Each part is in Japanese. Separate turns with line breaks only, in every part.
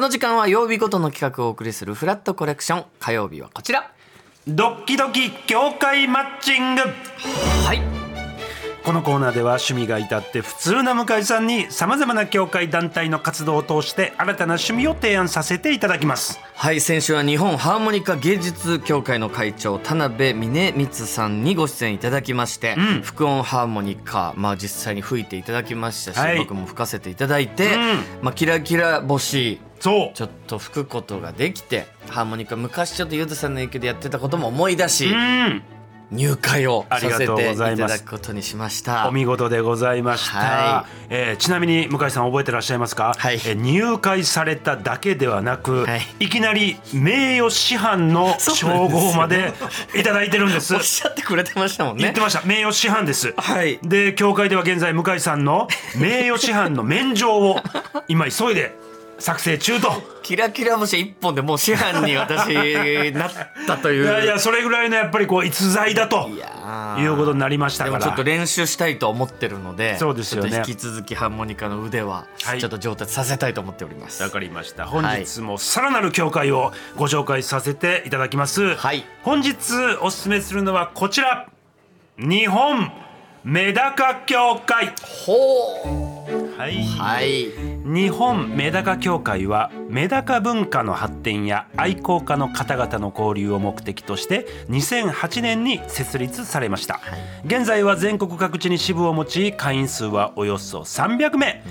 の時間は曜日ごとの企画をお送りするフラットコレクション火曜日はこちら
ドッキドキ協会マッチング
はい
このコーナーでは趣味が至って普通な向井さんにさまざまな協会団体の活動を通して新たな趣味を提案させていただきます
はい先週は日本ハーモニカ芸術協会の会長田辺峰光さんにご出演いただきまして、
うん
副音ハーモニカ、まあ、実際に吹いていただきましたし、
はい
僕も吹かせていただいて、
う
まあ、キラキラ星
そう
ちょっと吹くことができてハーモニカ昔ちょっとゆずさんの影響でやってたことも思い出し、
うん
入会をさせてい
ありがとうござい
た
ま
だ
す
くことにしました
お見事でございました、
は
えーちなみに向井さん覚えてらっしゃいますか、
はい
えー入会されただけではなく、
はい
い、きなり名誉師範の
そうなん
称
ですよ
号までいただいてるんで す
おっしゃってくれてましたもん
言
ね
ってました名誉師範です
はい
で教会では現在向井さん の名誉師範の免状を今急いで作成中と
キラキラ星一本でもう師範に私なったとい
いうやいやそれぐらいのやっぱりこう逸材だと
いやー
いうことになりました
で
か
もちょっと
ら
練習したいと思ってるので
そうですよね
ちょっと引き続きハーモニカの腕は
はい
ちょっと上達させたいと思っております、
わかりました本日もさらなる教会をご紹介させていただきます、
はい
本日おすすめするのはこちら日本メダカ協会
ほ
はい、
うはい
日本メダカ協会はメダカ文化の発展や愛好家の方々の交流を目的として2008年に設立されました、
はい
現在は全国各地に支部を持ち会員数はおよそ300名、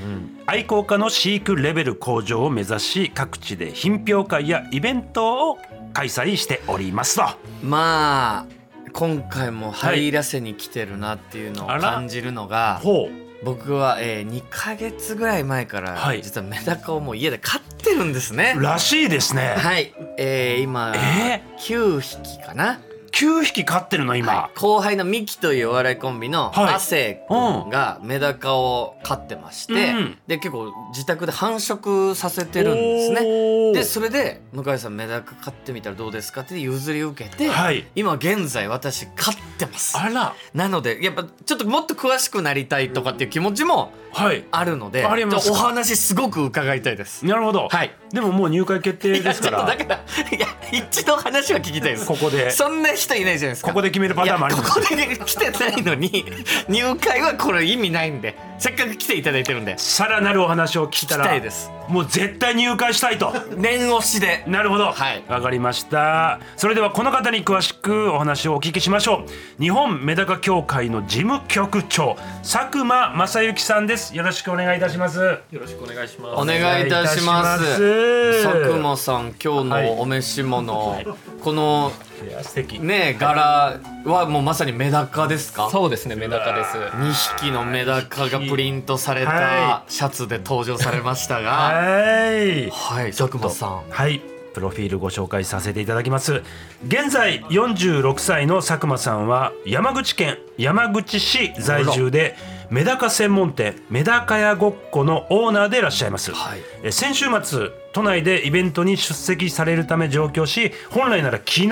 愛好家の飼育レベル向上を目指し各地で品評会やイベントを開催しておりますと
まあ今回も入らせに来てるなっていうのを
はいあら
感じるのが、
ほ
僕は、えー、2ヶ月ぐらい前から、
はい
実はメダカをもう家で飼ってるんですね
うらしいですね
はい、えー、今、
え
9匹かな
9匹飼ってるの今、
はい後輩のミキというお笑いコンビの
はい
亜生君がメダカを飼ってまして、
うん
で結構自宅で繁殖させてるんですね
おー
でそれで向井さんメダカ飼ってみたらどうですかって譲り受けて、
はい
今現在私飼ってます
あら
なのでやっぱちょっともっと詳しくなりたいとかっていう気持ちも
はい
あるので
あります
お
か
話すごく伺いたいです
なるほど、
はい
でももう入会決定ですか
いや
ら
ちょっとだからいや一度話は聞きたいです
ここで
そんな人いないじゃないですか
ここで決めるパターンもあります
いやここで来てないのに入会はこれ意味ないんでせっかく来ていただいてるんで
さらなるお話を聞いたら
聞きたいです
もう絶対入会した いと
念押しで
なるほど
はい
わかりましたそれではこの方に詳しくお話をお聞きしましょう日本メダカ協会の事務局長佐久間正幸さんですよろしくお願いいたします
よろしくお願いします。
お願いいたします
お願いいたします
佐久間さん今日
はい
のお召し物、この
いや素敵
ね柄はもうまさにメダカですか
そうですね、メダカです。
2匹のメダカがプリントされた
は
シャツで登場されましたが
はい
はい佐久間さん
はいプロフィールご紹介させていただきます現在46歳の佐久間さんは山口県山口市在住でメダカ専門店メダカ屋ごっこのオーナーでいらっしゃいます、
はい
え先週末都内でイベントに出席されるため上京し本来なら昨日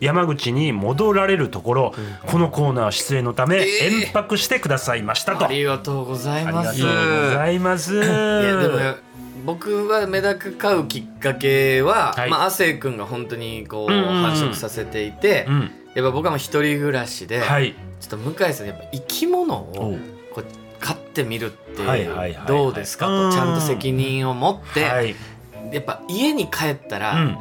山口に戻られるところ、このコーナー出演のため
えー
延泊してくださいましたと、
ありがとうございます
ありがとうございますい
いやでも僕はメダカ飼うきっかけは、
はい
まあ亜生君が本当にこう
うんうんうん
繁殖させていて、
うん
やっぱ僕はもう一人暮らしで、
はい
ちょっと向井さんやっぱ生き物
お
を
う
こう飼ってみるって
はいはいはいはい
どうですか
う
と
ん
ちゃんと責任を持って、
はい
やっぱ家に帰ったら、
うん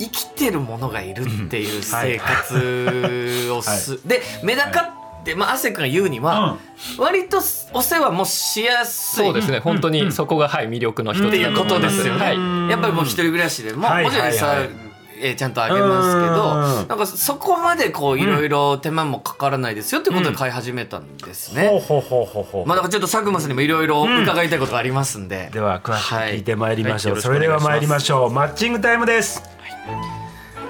生きてるものがいるっていう生活をす、でメダカって、まあ、亜生君が言うには、割とお世話もしやすい
そうですね、本当
うん
にそこがはい魅力の一つ
ってい
だ
う
と思
こと
い
で
ますす。
よね。
はい。
やっぱりもう一人暮らしでも、
はい
もちろん餌、
はいはい
えーちゃんとあげます
う
けど
ん
なんかそこまでこういろいろ手間もかからないですよってことで買い始めたんですね。
ほうほうほうほうほう
まあ、だからちょっと佐久間さんにもいろいろ伺いたいことがありますんで、
では詳しく聞いてまいりましょう、
はい
それでは参りましょうマッチングタイムです、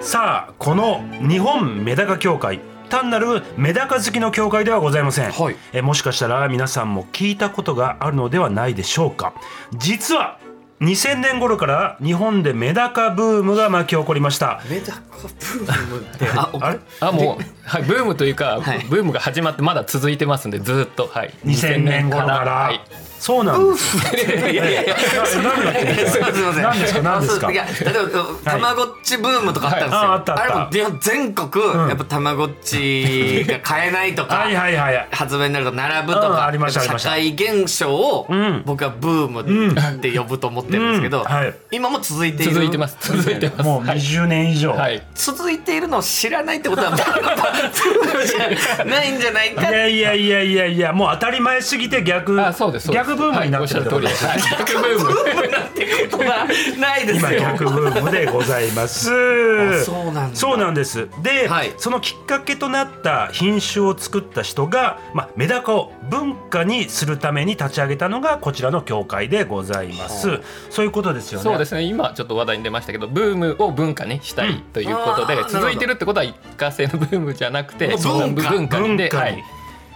さあこの日本メダカ協会単なるメダカ好きの協会ではございません、
はい
えもしかしたら皆さんも聞いたことがあるのではないでしょうか実は2000年頃から日本でメダカブームが巻き起こりました
メダカブーム ってあお
あれ
あ、もう、はい、ブームというか、
はい
ブームが始まってまだ続いてますんで、ずっと、はい。
2000年頃から、
はい。
そうなんです よ。
いやいやいや
え何やってるんです
すい
か。
ません
何ですか何ですか
あそういや例えばたまごっちブームとかあったんですよ、
はいああったあった
れも全国、やっぱたまごっちが買えないとか
はいはいはい。
発売になると並ぶと
うん
か、
ありましたありました
社会現象を
ん
僕はブームって呼ぶと思ってるんですけど、
うんはい
今も続いている
続いてます続いてます
もう
はい
20年以上。
はい
続いているのを知らないってことはまだブームじゃないんじゃないか
いやいやいやいやいやもう当たり前すぎて逆
あそうですそうです
逆ブームになってるってこと
はいお
で
っし
す
ゃる通りですはい逆ブーム
ってことはないです
今
よ
逆ブームでございます。
あそうなんだ
そうなんです。で、
はい
そのきっかけとなった品種を作った人が、まあメダカを文化にするために立ち上げたのがこちらの協会でございます。そういうことですよね。
そうですね今ちょっと話題に出ましたけどブームを文化にしたいということで、
あー
続いてるってことは一過性のブームじゃなくて
そう文化
文化にで
文化
は
に
い、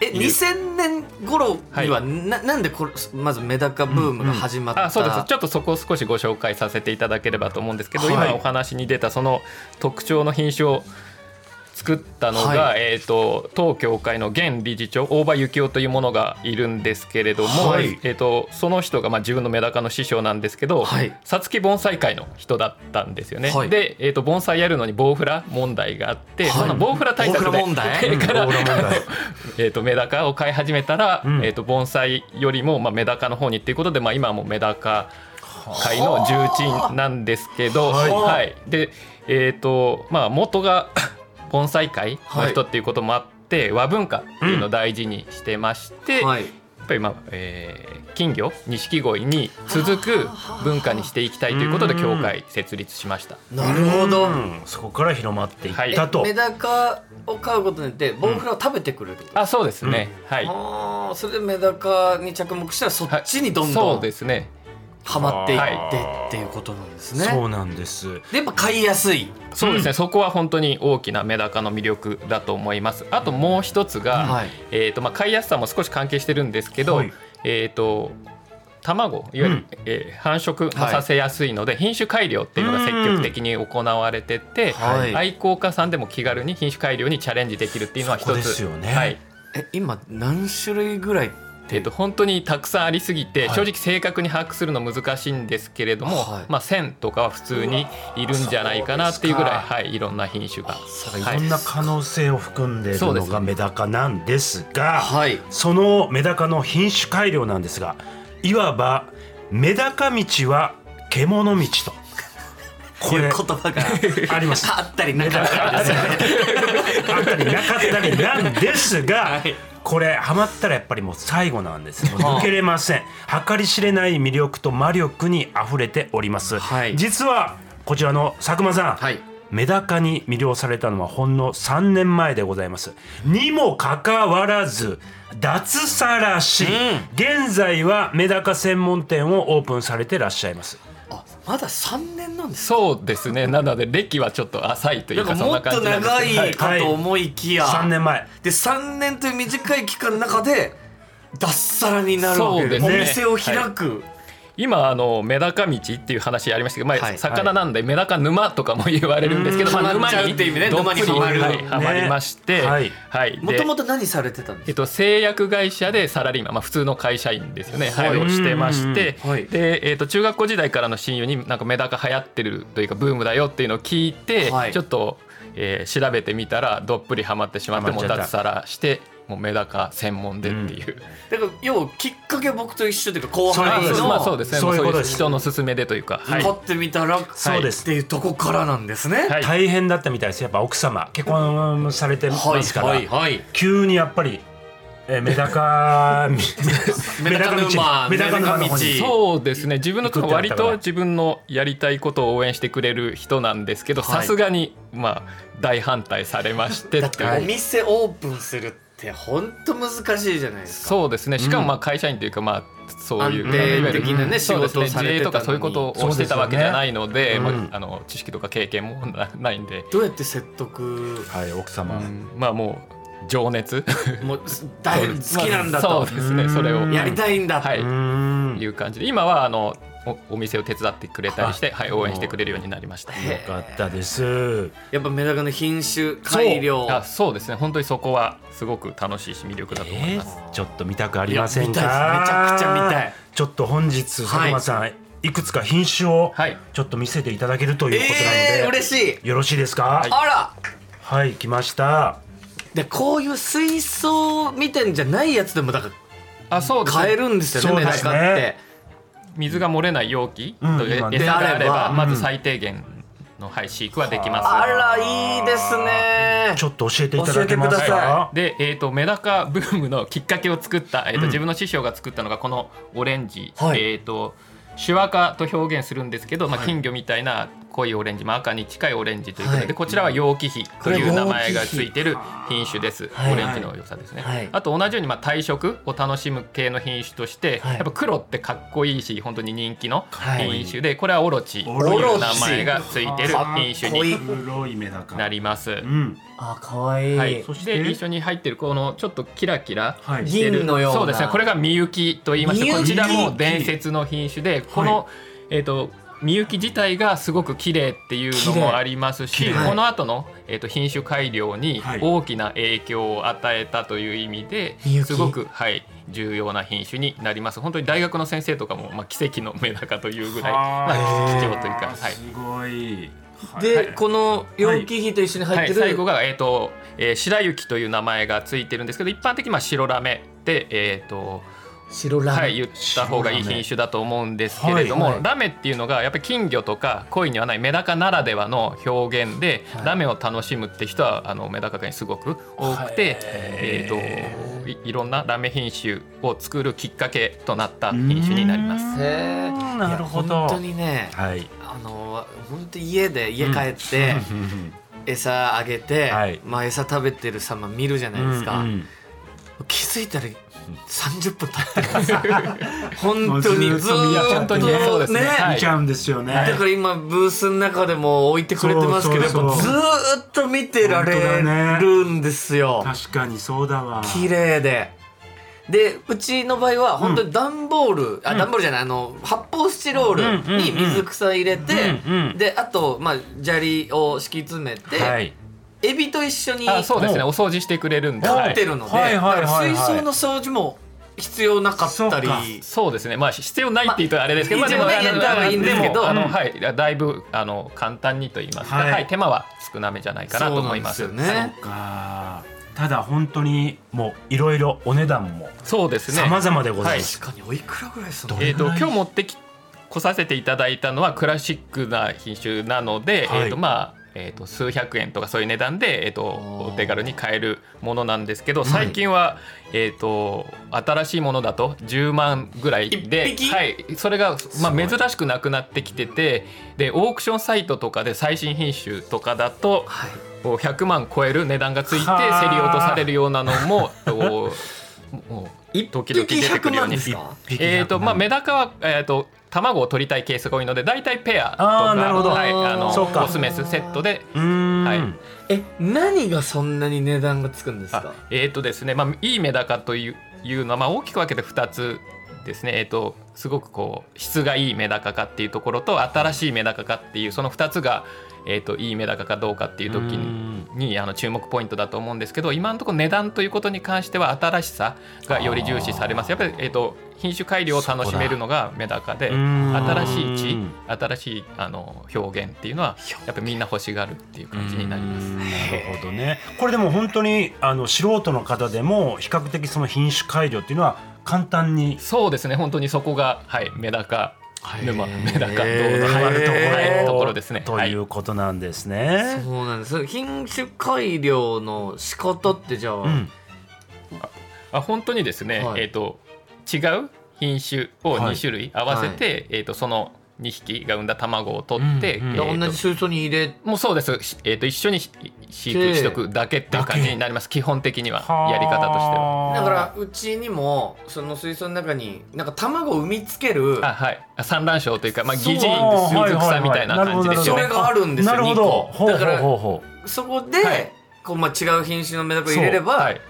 え2000年頃にはななんでこれまずメダカブームが始まった、
あそうですちょっとそこを少しご紹介させていただければと思うんですけど、
はい
今お話に出たその特徴の品種を作ったのが、
は
えー、と当協会の現理事長大場幸雄というものがいるんですけれども、
はい
えー、とその人がまあ自分のメダカの師匠なんですけど
はい
さつき盆栽会の人だったんですよね。
はい
で、えー、と盆栽やるのにボウフラ問題があって、
はい
そのボウフラ対策
ボウフ
で
ラ問題
えーから
ボウフラ問題
えー、とメダカを飼い始めたら、
ん
えー、と盆栽よりも、まあ、メダカの方にっていうことで、まあ、今はもうメダカ界の重鎮なんですけど、
は
はいいで、えーとまあ、元が 盆栽界の人っていうこともあって、和文化っていうのを大事にしてまして、や
は
っ
い、
ぱり、まあえー金魚錦鯉に続く文化にしていきたいということで
うん
協会設立しました。
なるほど、
うんそこから広まってい
はい
ったと。
メダカを飼うことによってボウフラを食べてくれるってこと、
あそうですね、はい
あーそれでメダカに着目したらそっちにど
はい
んど
そうんですね
はまっていって
はい
っていうことなんですね。
そうなんです。
でやっぱ飼いやすい。
そうですね、そこは本当に大きなメダカの魅力だと思いますあともう一つが、
はい
えーとまあ、飼いやすさも少し関係してるんですけど、
はい
えー、と卵いわゆる、
うん
えー繁殖も
はい
させやすいので、品種改良っていうのが積極的に行われてて、
はい
愛好家さんでも気軽に品種改良にチャレンジできるっていうのは一
そこ
つ
ですよね
はい
え今何種類ぐらい
えー、と本当にたくさんありすぎて、
はい
正直正確に把握するの難しいんですけれども、
はい
まあ、1,000とかは普通にいるんじゃないかなっていうぐらい、はい、いろんな品種が。
いろんな可能性を含んでいる
そうで
の
す
が
ね
メダカなんですが、
はい
そのメダカの品種改良なんですがいわばメダカ道は獣道とこ
いう
れ
言葉が
あります
あったりなかったりですよね。
あったりなかったりなんですが、
はい
これハマったらやっぱりもう最後なんですもう
はあ
抜けれません計り知れない魅力と魔力にあふれております、
はい
実はこちらの佐久間さん、
はい
メダカに魅了されたのはほんの3年前でございますにもかかわらず脱サラし、現在はメダカ専門店をオープンされてらっしゃいます
あまだ三年なんです。
そうですね。なので歴はちょっと浅いとい
な
うん
か
かそん
も
な
っと
感じなんです
長
けどはい
かと思いきや。
3年前
で3年という短い期間の中で脱サラになるわけで
そうですね
お店を開く、
今あのメダカ道っていう話ありましたけど、ま
は
あ
い
魚なんでメダカ沼とかも言われるんですけど、
うん
まあ
沼
沼
っちゃうっていう意味ね
どっぷり
沼にハマる
はい
ね
ハマりまして、
はい
はい。
もとも
と
と何されてたんです
え
か
っと、製薬会社でサラリーマン、まあ、普通の会社員ですよね、
は
はいい、をしてまして、
うんうんうんはい
でえっと中学校時代からの親友になんかメダカ流行ってるというかブームだよっていうのを聞いて、
はい
ちょっと、えー調べてみたらどっぷりハマってしまって
ハマ
も
っ
う
ちゃった
脱サラしてもうメダカ専門でっていう、
だから要はきっかけ僕と一緒というか後
そういう
あ
輩
こ
そう
とです
まあ
の
そうですね
そういう
も
こと
う
です
人の勧めでというか、はい
買ってみたら、
そうです
っていうとこからなんですね。
はい
大変だったみたいですやっぱ奥様結婚されてますから、
はいはい
急にやっぱり、えーメダカ
メダカ沼
メダカ沼の方
メダカ
に
道
そうですね自分の
行くってなった
割
から
と自分のやりたいことを応援してくれる人なんですけど
はい
さすがにまあ大反対されまして
だっ
ってていう
お店オープンするって本当難しいじゃないですか。
そうですねしかもまあ会社員というかまあそういう
安定的なね
いわゆる
仕事をされてた
そ
のに
うですね自営とかそういうことをしてたわけじゃないので
そうですよね
まああの知識とか経験もなないんで
どうやって説得
はい奥様、
まあもう情熱
もう大好きなん
ま
だ
あ
と
そうですねそれを
うん
やりたいんだと
はいう
ーん
いう感じで今はあのおお店を手伝ってくれたりして、はい、応援してくれるようになりました。
よかったです。
やっぱメダカの品種改良
あそうですね本当にそこはすごく楽しいし魅力だと思います、
えーちょっと見たくありませんか
いや見たいですめちゃくちゃ見たい
ちょっと本日佐久間さん、い、くつか品種を
はい
ちょっと見せていただけるということなので、
ええー、嬉しい
よろしいですかはい、
あら
来ました
でこういう水槽みたいじゃないやつでもだから
あそうですね
買えるんですよね
そう
メ
で
ダ
す
カ
ね
って
水が漏れない容器
うん
とえ
今ね
餌があ
で
れ
あれば
ばまず最低限の、はい、飼育はできます、
あらいいですね
ちょっと教えていただけます
教えてくだ
か
さ
で、えー、とメダカブームのきっかけを作った、えーと自分の師匠が作ったのがこのオレンジ、
はい
えー、と手話化と表現するんですけど、まあ、金魚みたいな濃いオレンジ、まあ、赤に近いオレンジということで、
はい
こちらは陽気比という名前が
これ陽気比
ついてる品種です、
はい
オレンジの良さですね、
はい
あと同じように、まあ、退色を楽しむ系の品種として、
はい
やっぱ黒ってかっこいいし本当に人気の
はい
品種で、これはオロチと
オロチ
いう名前がついてる品種に
い
黒いメダカ
なります。
うん
あ可愛い
はい、
そ
そ
し
してて一緒に入ってるこのちょっとキラキラ
はい
してる
銀のような
そうですねこれがみゆきと言いまして
みゆき
こちらも伝説の品種でこの、えー、とみゆき自体がすごく綺麗っていうの
綺麗
もあります
綺
し
麗
この後の、えー、と品種改良に
はい
大きな影響を与えたという意味で、
みゆき
すごく、はい、重要な品種になります本当に大学の先生とかも、まあ、奇跡のメダカというぐらい、まあ、貴重というか、はい、
ごい
で、
はい
この容器比と一緒に入
は
っ
い、
てる、
最後が、えーとえー白雪という名前がついてるんですけど一般的にまあ白ラメって、えーと
白ラメ、
はい、言った方がいい品種だと思うんですけれども、
はいはい
ラメっていうのがやっぱり金魚とか恋にはないメダカならではの表現で、
はい
ラメを楽しむって人はあのメダカがすごく多くて、えー、といいろんなラメ品種を作るきっかけとなった品種になります。
へえ
なるほど
いや本当にね
はい
あの本当家で家帰って、餌あげて、
はい
まあ餌食べてる様見るじゃないですか、気づいたら30分経ってるんですよ 本当に
もう
ず
ずーっと見
ーってと
やっちゃっね
ね
そうですねはい
見ちゃうんですよね、
だから今ブースの中でも置いてくれてますけどやっ
そう
ぱ
そう
ず
そう
ーっと見てら
本当だね
れるんですよ
確かにそうだわ
綺麗ででうちの場合は本当に段ボール、あ段ボールじゃないあの発泡スチロールに水草入れて、
うんうん
であと、まあ、砂利を敷き詰めて、
はい
エビと一緒に
あそうですね
お
お掃除してくれるんで、
持
は
っ
い
てるので、
はいはいはいはい
だから水槽の掃除も必要なかったり
そうか
そうですね、まあ、必要ないって言うとあれですけど、
ま
まあ、
あ
でも、
必要ない
あの
やったらいいんですけど
でもあの
うん
はい、だいぶ、あの、簡単にと言いますか、
は
はいい、手間は少なめじゃないかなと思います。
そうなんですよね
かただ本当にもういろいろお値段も
そうですね。
様々でございま
は
す、
確かにおいくらぐらいする
ど
の
れ
えっ、と、
はい
今日持ってき、来させていただいたのはクラシックな品種なので、
はい
えっ、と、まあ。えー、と数百円とかそういう値段で、えー、と
おー
お手軽に買えるものなんですけど最近は、えー、と新しいものだと10万ぐらいで
一匹
はい、それが、まあ、珍しくなくなってきててでオークションサイトとかで最新品種とかだと
はい
こう100万超える値段がついて競
はあ
り落とされるようなのもこうもう時々出てくるように
一匹100万
ですか
えーとまあ、メダカは、えー、と卵を取りたいケースが多いので大体ペアと
あ
か
ーなるほど
はい、あの
そうか
オスメスセットで。
うーん、
はい
え何がそんなに値段がつくんです
あ
か
えーとですねまあ、いいメダカといういうのは、まあ、大きく分けて2つですね、えー、とすごくこう質がいいメダカかっていうところと新しいメダカかっていうその2つが、えー、といいメダカかどうかっていう時ににあの注目ポイントだと思うんですけど今のところ値段ということに関しては新しさがより重視されますやっぱり、えー、と品種改良を楽しめるのがメダカで
うーん
新しい地新しいあの表現っていうのはやっぱりみんな欲しがるっていう感じになります。
なるほどねこれでも本当にあの素人の方でも比較的その品種改良っていうのは簡単に
そうですね本当にそこが、はい、メダカ沼メダカ
へ
ど
ー
う
変わるところ,、
はい、ところですね。
と
はい
いうことなんですね、
そうなんですそれ品種改良の仕方ってじゃあ、
うん
あ本当にですね、
はい
えっ、と違う品種を
はい
2種類合わせて、えっ、とその2匹が産んだ卵を取って、
うんうん
えーと
同じ水槽に入れ
もうそうです、しえー、と一緒にし飼
で
育しとくだけっていう感じになります基本的にはやり方としては。
はあ
だからうちにもその水槽の中になんか卵を産みつける
あはい、あ産卵床というか、まあ、
そ
擬
う
似水
はいはいは
草
い
みたいな感じですよ
そ
ね
れ。があるんですよ
なるほど
2個
ほうほう
だから
ほうほう
そこで、
はい
こうまあ違う品種のメダカ入れれば、
はい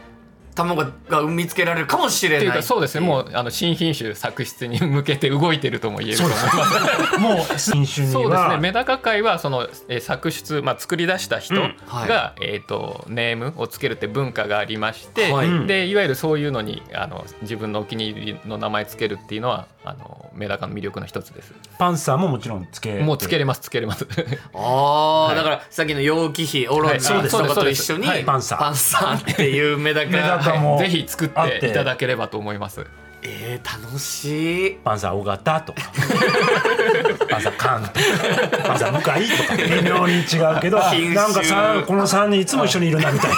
卵が見つけられるかもしれ
ていう
な
か
い
そうですねもうあの新品種作出に向けて動いてるとも言えると思います
もう新種に
そうですね
は
メダカ界はその、えー作出、まあ、作り出した人
う
が、
ん
は
えー、とネームをつけるって文化がありまして、
はい
でいわゆるそういうのにあの自分のお気に入りの名前つけるっていうのはあのメダカの魅力の一つです。
パンサーももちろんつけ
もうつけ
る
れますつけれます。
ああ、
はい
だからさっきの楊貴妃オロ
は
チ
いそう
と
です
かと一緒に、
はい
パンサー
パンサーっていうメ ダカ
メダカも
ぜひ作っ
あって
ていただければと思います。
えー、楽しい
パンサー尾形とか パンサーカンとかパンサー向井とか微妙に違うけど
品種
なんかさこの3人いつも一緒にいるなみたいな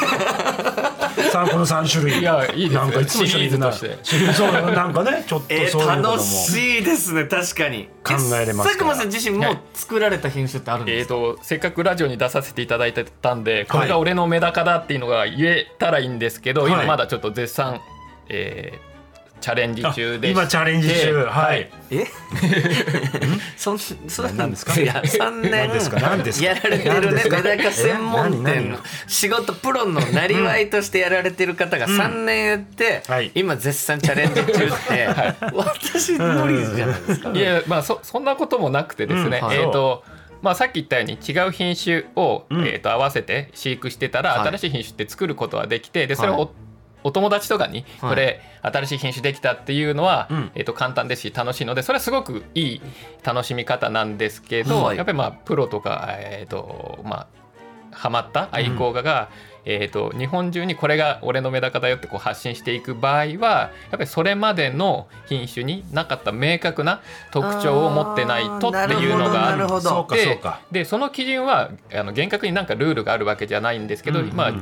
さこの3種類
いやいいですよ
なんかいつも一緒にいるな
シリーズとして
シリーズそうなんかねちょっとそうい
え
うこ
ー、
とも
楽しいですね確かに
考えれますか
佐
ら
久間さん自身
は
も
い
作られた品種ってあるん
えー、
ですか、
とせっかくラジオに出させていただいてたんでこれが俺のメダカだっていうのが言えたらいいんですけど、
はい
今まだちょっと絶賛、えーチャレンジ
あ
中でして
今チャレンジ中はい
えそんそう
なんですか
いや3年
なんですかなんですか
やられてる
なんで
ね
すか
メダカ専門
え何
店の
何
仕事プロのなりわいとしてやられてる方が3年やって、
はい
今絶賛チャレンジ中って、私無理じゃないですか、
いやまあそそんなこともなくてですね、
うんはい
えっ、とまあさっき言ったように違う品種を、
うん
えー、と合わせて飼育してたら
はい
新しい品種って作ることはできてでそれをお,、
はい
お友達とかに
はい
これ新しい品種できたっていうのは、
うん
えー、と簡単ですし楽しいのでそれはすごくいい楽しみ方なんですけど、
はい
やっぱりまあプロとかえっ、とまあハマった愛好家が、えー、と日本中にこれが俺のメダカだよってこう発信していく場合はやっぱりそれまでの品種になかった明確な特徴を持ってないとっていうのが
なる
あっ
ほどなる
そ
ほ
う
ど
かそうか
てでその基準はあの厳格になんかルールがあるわけじゃないんですけど、
うんうん
まあ、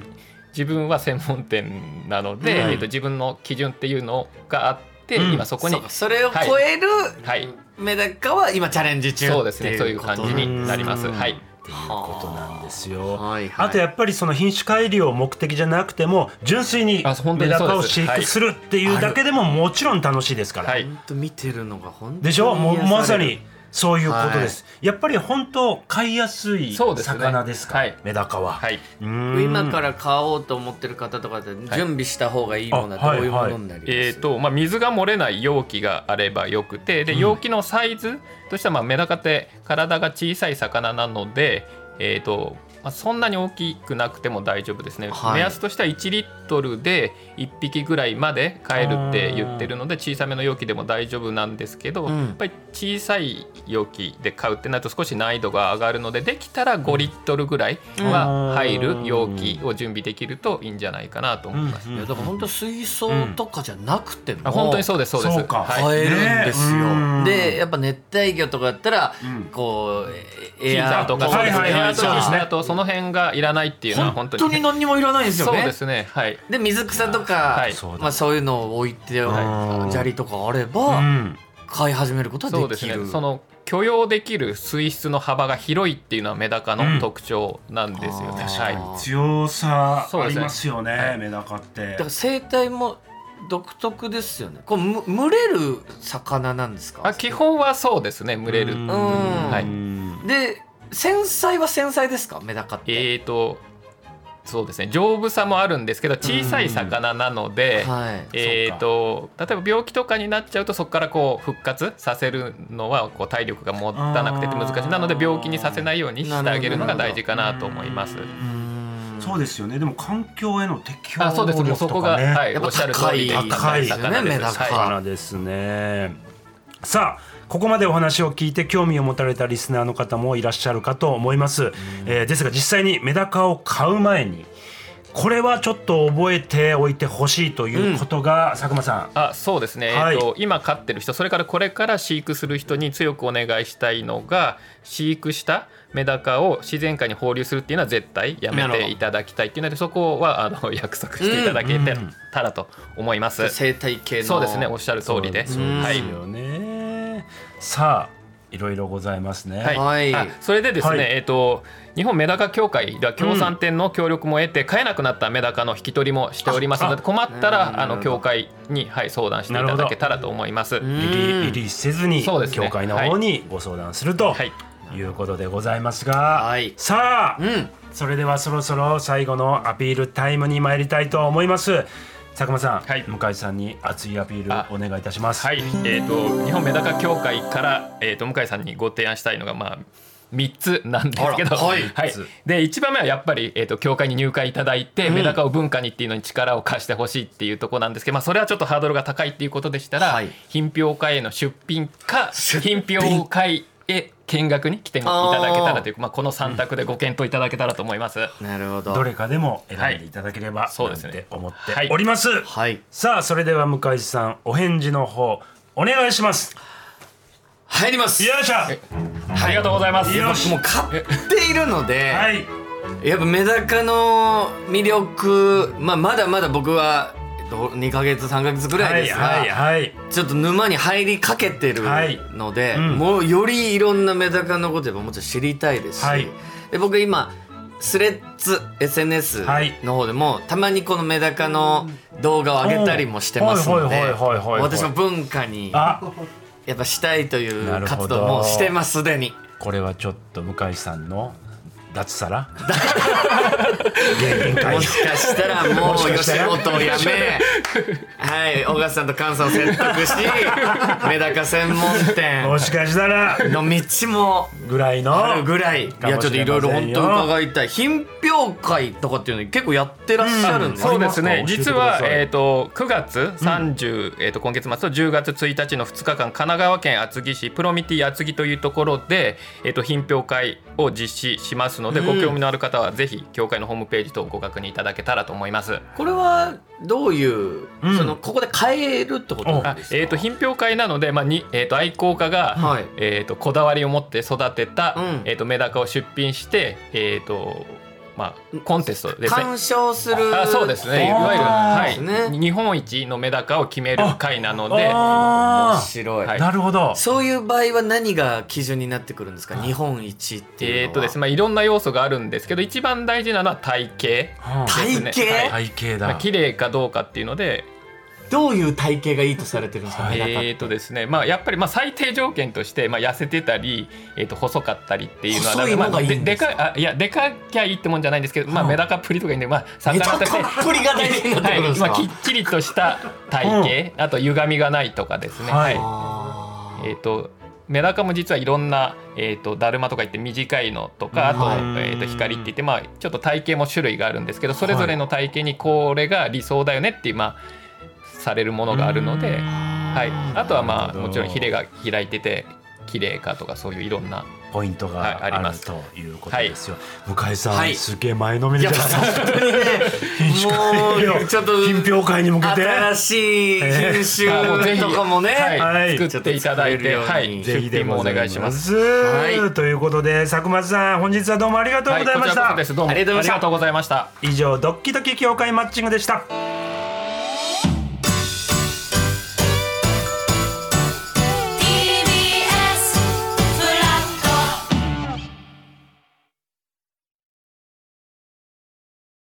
自分は専門店なので、
うん
えっと自分の基準っていうのがあって、
うん
今そこに
そうかそれを超える、
はい
メダカは今チャレンジ中っていう
そうですねそういう感じになります。
うん
はい
っていうことなんですよ。
はいはい
あとやっぱりその品種改良を目的じゃなくても純粋に
あ本当
メ
にそ
ダ
うです
カを飼育するっていうだけでももちろん楽しいですから、
はい
本当見てるのが本当に
でしょもう
癒れる
まさにそういうことです、やっぱり本当飼いやすい
そうですね
魚ですか
はい
メダカは、
はい、
今からら買おうと思ってる方とかで準備した方がいいものは
はい
どういうものになります、
えーとまあ、水が漏れない容器があればよくてで容器のサイズとしてはまあメダカって体が小さい魚なので、えーとまあ、そんなに大きくなくても大丈夫ですね、
はい
目安としては1リットルで1匹ぐらいまで買えるって言ってるので小さめの容器でも大丈夫なんですけど、
うん
やっぱり小さい容器で買うってなると少し難易度が上がるのでできたら5リットルぐらいは入る容器を準備できるといいんじゃないかなと思います。
いやだから本当水槽とかじゃなくても、
あ本当にそうですそうです
そうか
はい
買えるんですよ、
ね
でやっぱ熱帯魚とかだったら、
うん
こう
ピ
エ
ザ
ア
とか
はいはいはい
エアとか
そうですね
あとその辺がいらないっていうのは本
本
当
当
に
に何にもいらないんですよ
そう
ね
ですねはい
で水草とか、
はい
そうだ
まあ、そういうのを置いて
はい
砂利とかあれ
う
ば
ん
飼い始めること
そ
は
う
で
です
き
ね
る
その許容できる水質の幅が広いっていうのはメダカの特徴なんですよね、
うん
はい
あ
強さ
そう
あ
です
り
ね
ますよね
はい
メダカって
だから生態も独特ですよねこうむ群れる魚なんですか
あ基本はそうですね群れる
うん
はいで繊細は繊細ですかメダカって、
えーとそうですね丈夫さもあるんですけど小さい魚なので、
はい
えー、と例えば病気とかになっちゃうとそこからこう復活させるのはこう体力が持たなくてって難し
あー
いなので病気にさせないようにしてあげるのが大事かなと思います。
うん
そうですよねでも環境への適応
あそうですも
能
うそ
力
ことが、
かね
はい、
やっ
お
ぱ
っしゃる通り
高い
です
高いですよねメダカ
はい
からですねさあここまでお話を聞いて興味を持たれたリスナーの方もいらっしゃるかと思います、えーですが実際にメダカを買う前にこれはちょっと覚えておいてほしいということが、佐久間さん
あそうですね、
はい
えっと今飼ってる人それからこれから飼育する人に強くお願いしたいのが飼育したメダカを自然界に放流するっていうのは絶対やめていただきたいっていうのでそこはあの約束していただけ
うんう
て
ん
たらと思います。
生態系の
そうですねおっしゃる通りで
そうですよね、さあいろいろございますね、
はい、
はい
あそれでですね、
はい
えっ、と日本メダカ協会では協賛店の協力も得て、飼えなくなったメダカの引き取りもしておりますの
あ
で困った
う
ら
ん
あの協会にはい相談していただけたらと思います。
う
リ
ん
リーリリースせずに、
そうですね
協会の方にご相談すると、
はい、
い、うことでございますが、
はい
さあ、
うん
それではそろそろ最後のアピールタイムに参りたいと思います佐久間さん、
はい
向井さんに熱いアピールお願いいたします。
はい、えー、と日本メダカ協会から、えー、と向井さんにご提案したいのが、まあ、3つなんですけど、
あらはい
で1番目はやっぱり、えー、と協会に入会いただいて、
ん
メダカを文化にっていうのに力を貸してほしいっていうところなんですけど、まあ、それはちょっとハードルが高いっていうことでしたら、
はい
品評会への出品か品評会へ見学に来ていただけたらというまあ、この3択でご検討いただけたらと思います。
なるほど
どれかでも選んでいただければ、
いそうです
な
ね
んて思っております。
はい
さあそれでは向井さんお返事の方お願いします。
入ります
よいしょ。
ありがとうございます
よし
もう買っているので、
はい。
やっぱメダカの魅力、まあ、まだまだ僕はえっと2ヶ月3ヶ月ぐらいですが、
はいはい
ちょっと沼に入りかけてる
はい
ので、
うん
もうよりいろんなメダカのことやっぱもちろん知りたいですし、
はい
で僕今スレッズ SNS
はい
の方でもたまにこのメダカの動画を上げたりもしてますの
はい
で
はいはいはいはい
私も文化に
あ
やっぱしたいとい
な
う
るほ
活
ど
動もしてますすでに
これはちょっと向井さんの脱サラ。芸人会
も。しかしたらもう
もしかし
吉
たら
本をやめはい小川さんと菅さんを説得 しメダカ専門
も
店
しかしたら
の道も
ぐらいの。
あるぐらいい
か
や
も
ちょ
し
っと
れ
い
ません
ろい
よ
ろ本当伺いたい品評会とかっていうのに結構やってらっしゃるんです
そうです
あ
ね
りま
実
すか教えて
は
ください
えー、と9月30、えー、と今月末と10月1日の2日間神奈川県厚木市プロミティ厚木というところで、えー、と品評会を実施しますので、
うん
ご興味のある方はぜひ協会のホームページ等ご確認いただけたらと思います。
これはどういう
うん
そのここで変えるってことな
あ
んですか
えー、と品評会なので、まあにえー、と愛好家が、
はい
えー、とこだわりを持って育てた、
うん
えー、とメダカを出品して、えーとまあ、コンテストですね
鑑賞する
あそうですねい
って
わゆる、
あー
はい
そうですね
日本一のメダカを決める会なので
面
あ
白い、
は
あ。
い
なるほど。
そういう場合は何が基準になってくるんですか日本一っていうのは、
えーとですねまあ、いろんな要素があるんですけど一番大事なのは体型
はあ
体型、
ですねはい
体型
まあ
だ。
綺麗かどうかっていうので
どういう体型がいいとされてるんですか、
は
メ
い
ダカって
えーとですねまあ、やっぱりまあ最低条件として、まあ、痩せてたり、えー、と細かったりっていうのは
細いのが
まあ
いいん
で
で
です
か
かいあいやでかきゃいいってもんじゃないんですけど、まあ、メダカっぷりとかいいんで、まあ、
メダ
魚として
カっぷりが大事になってくるんです
はい
か、
まあ、きっちりとした体型、あと歪みがないとかですね、
はい
あー
えー、とメダカも実はいろんな、えー、とだるまとか言って短いのとかあと,、
うん
えー、と光って言って、まあ、ちょっと体型も種類があるんですけどそれぞれの体型にこれが理想だよねっていう、まあ、されるものがあるので、はい、あとはま
な
あ
るほど
もちろんヒレが開いてて綺麗かとかそういういろんな
ポイント
はい
があ
ありま
る
す
ということですよ。向井さ
は
ん、
い
すげえ前のめりじゃないですか。
もうちょっと
品評会に向けて
新しい品
あもうぜ
種
ひ
とかもね、
はい
はい
作っていただい
ち
て、
ょっと
は
作れるよう
い、
に
ぜ
出
ひで
品も
ご
お
ざ
願いします。
はい
ということで佐久間さん本日はどうもありがとう
は
ご
い、
ざい
こ
ま
ち
し
らこ
た、
そです。どうも
ありがとうございまし
あ
た
りがとうございました。
以上ドッキドキ協会マッチングでした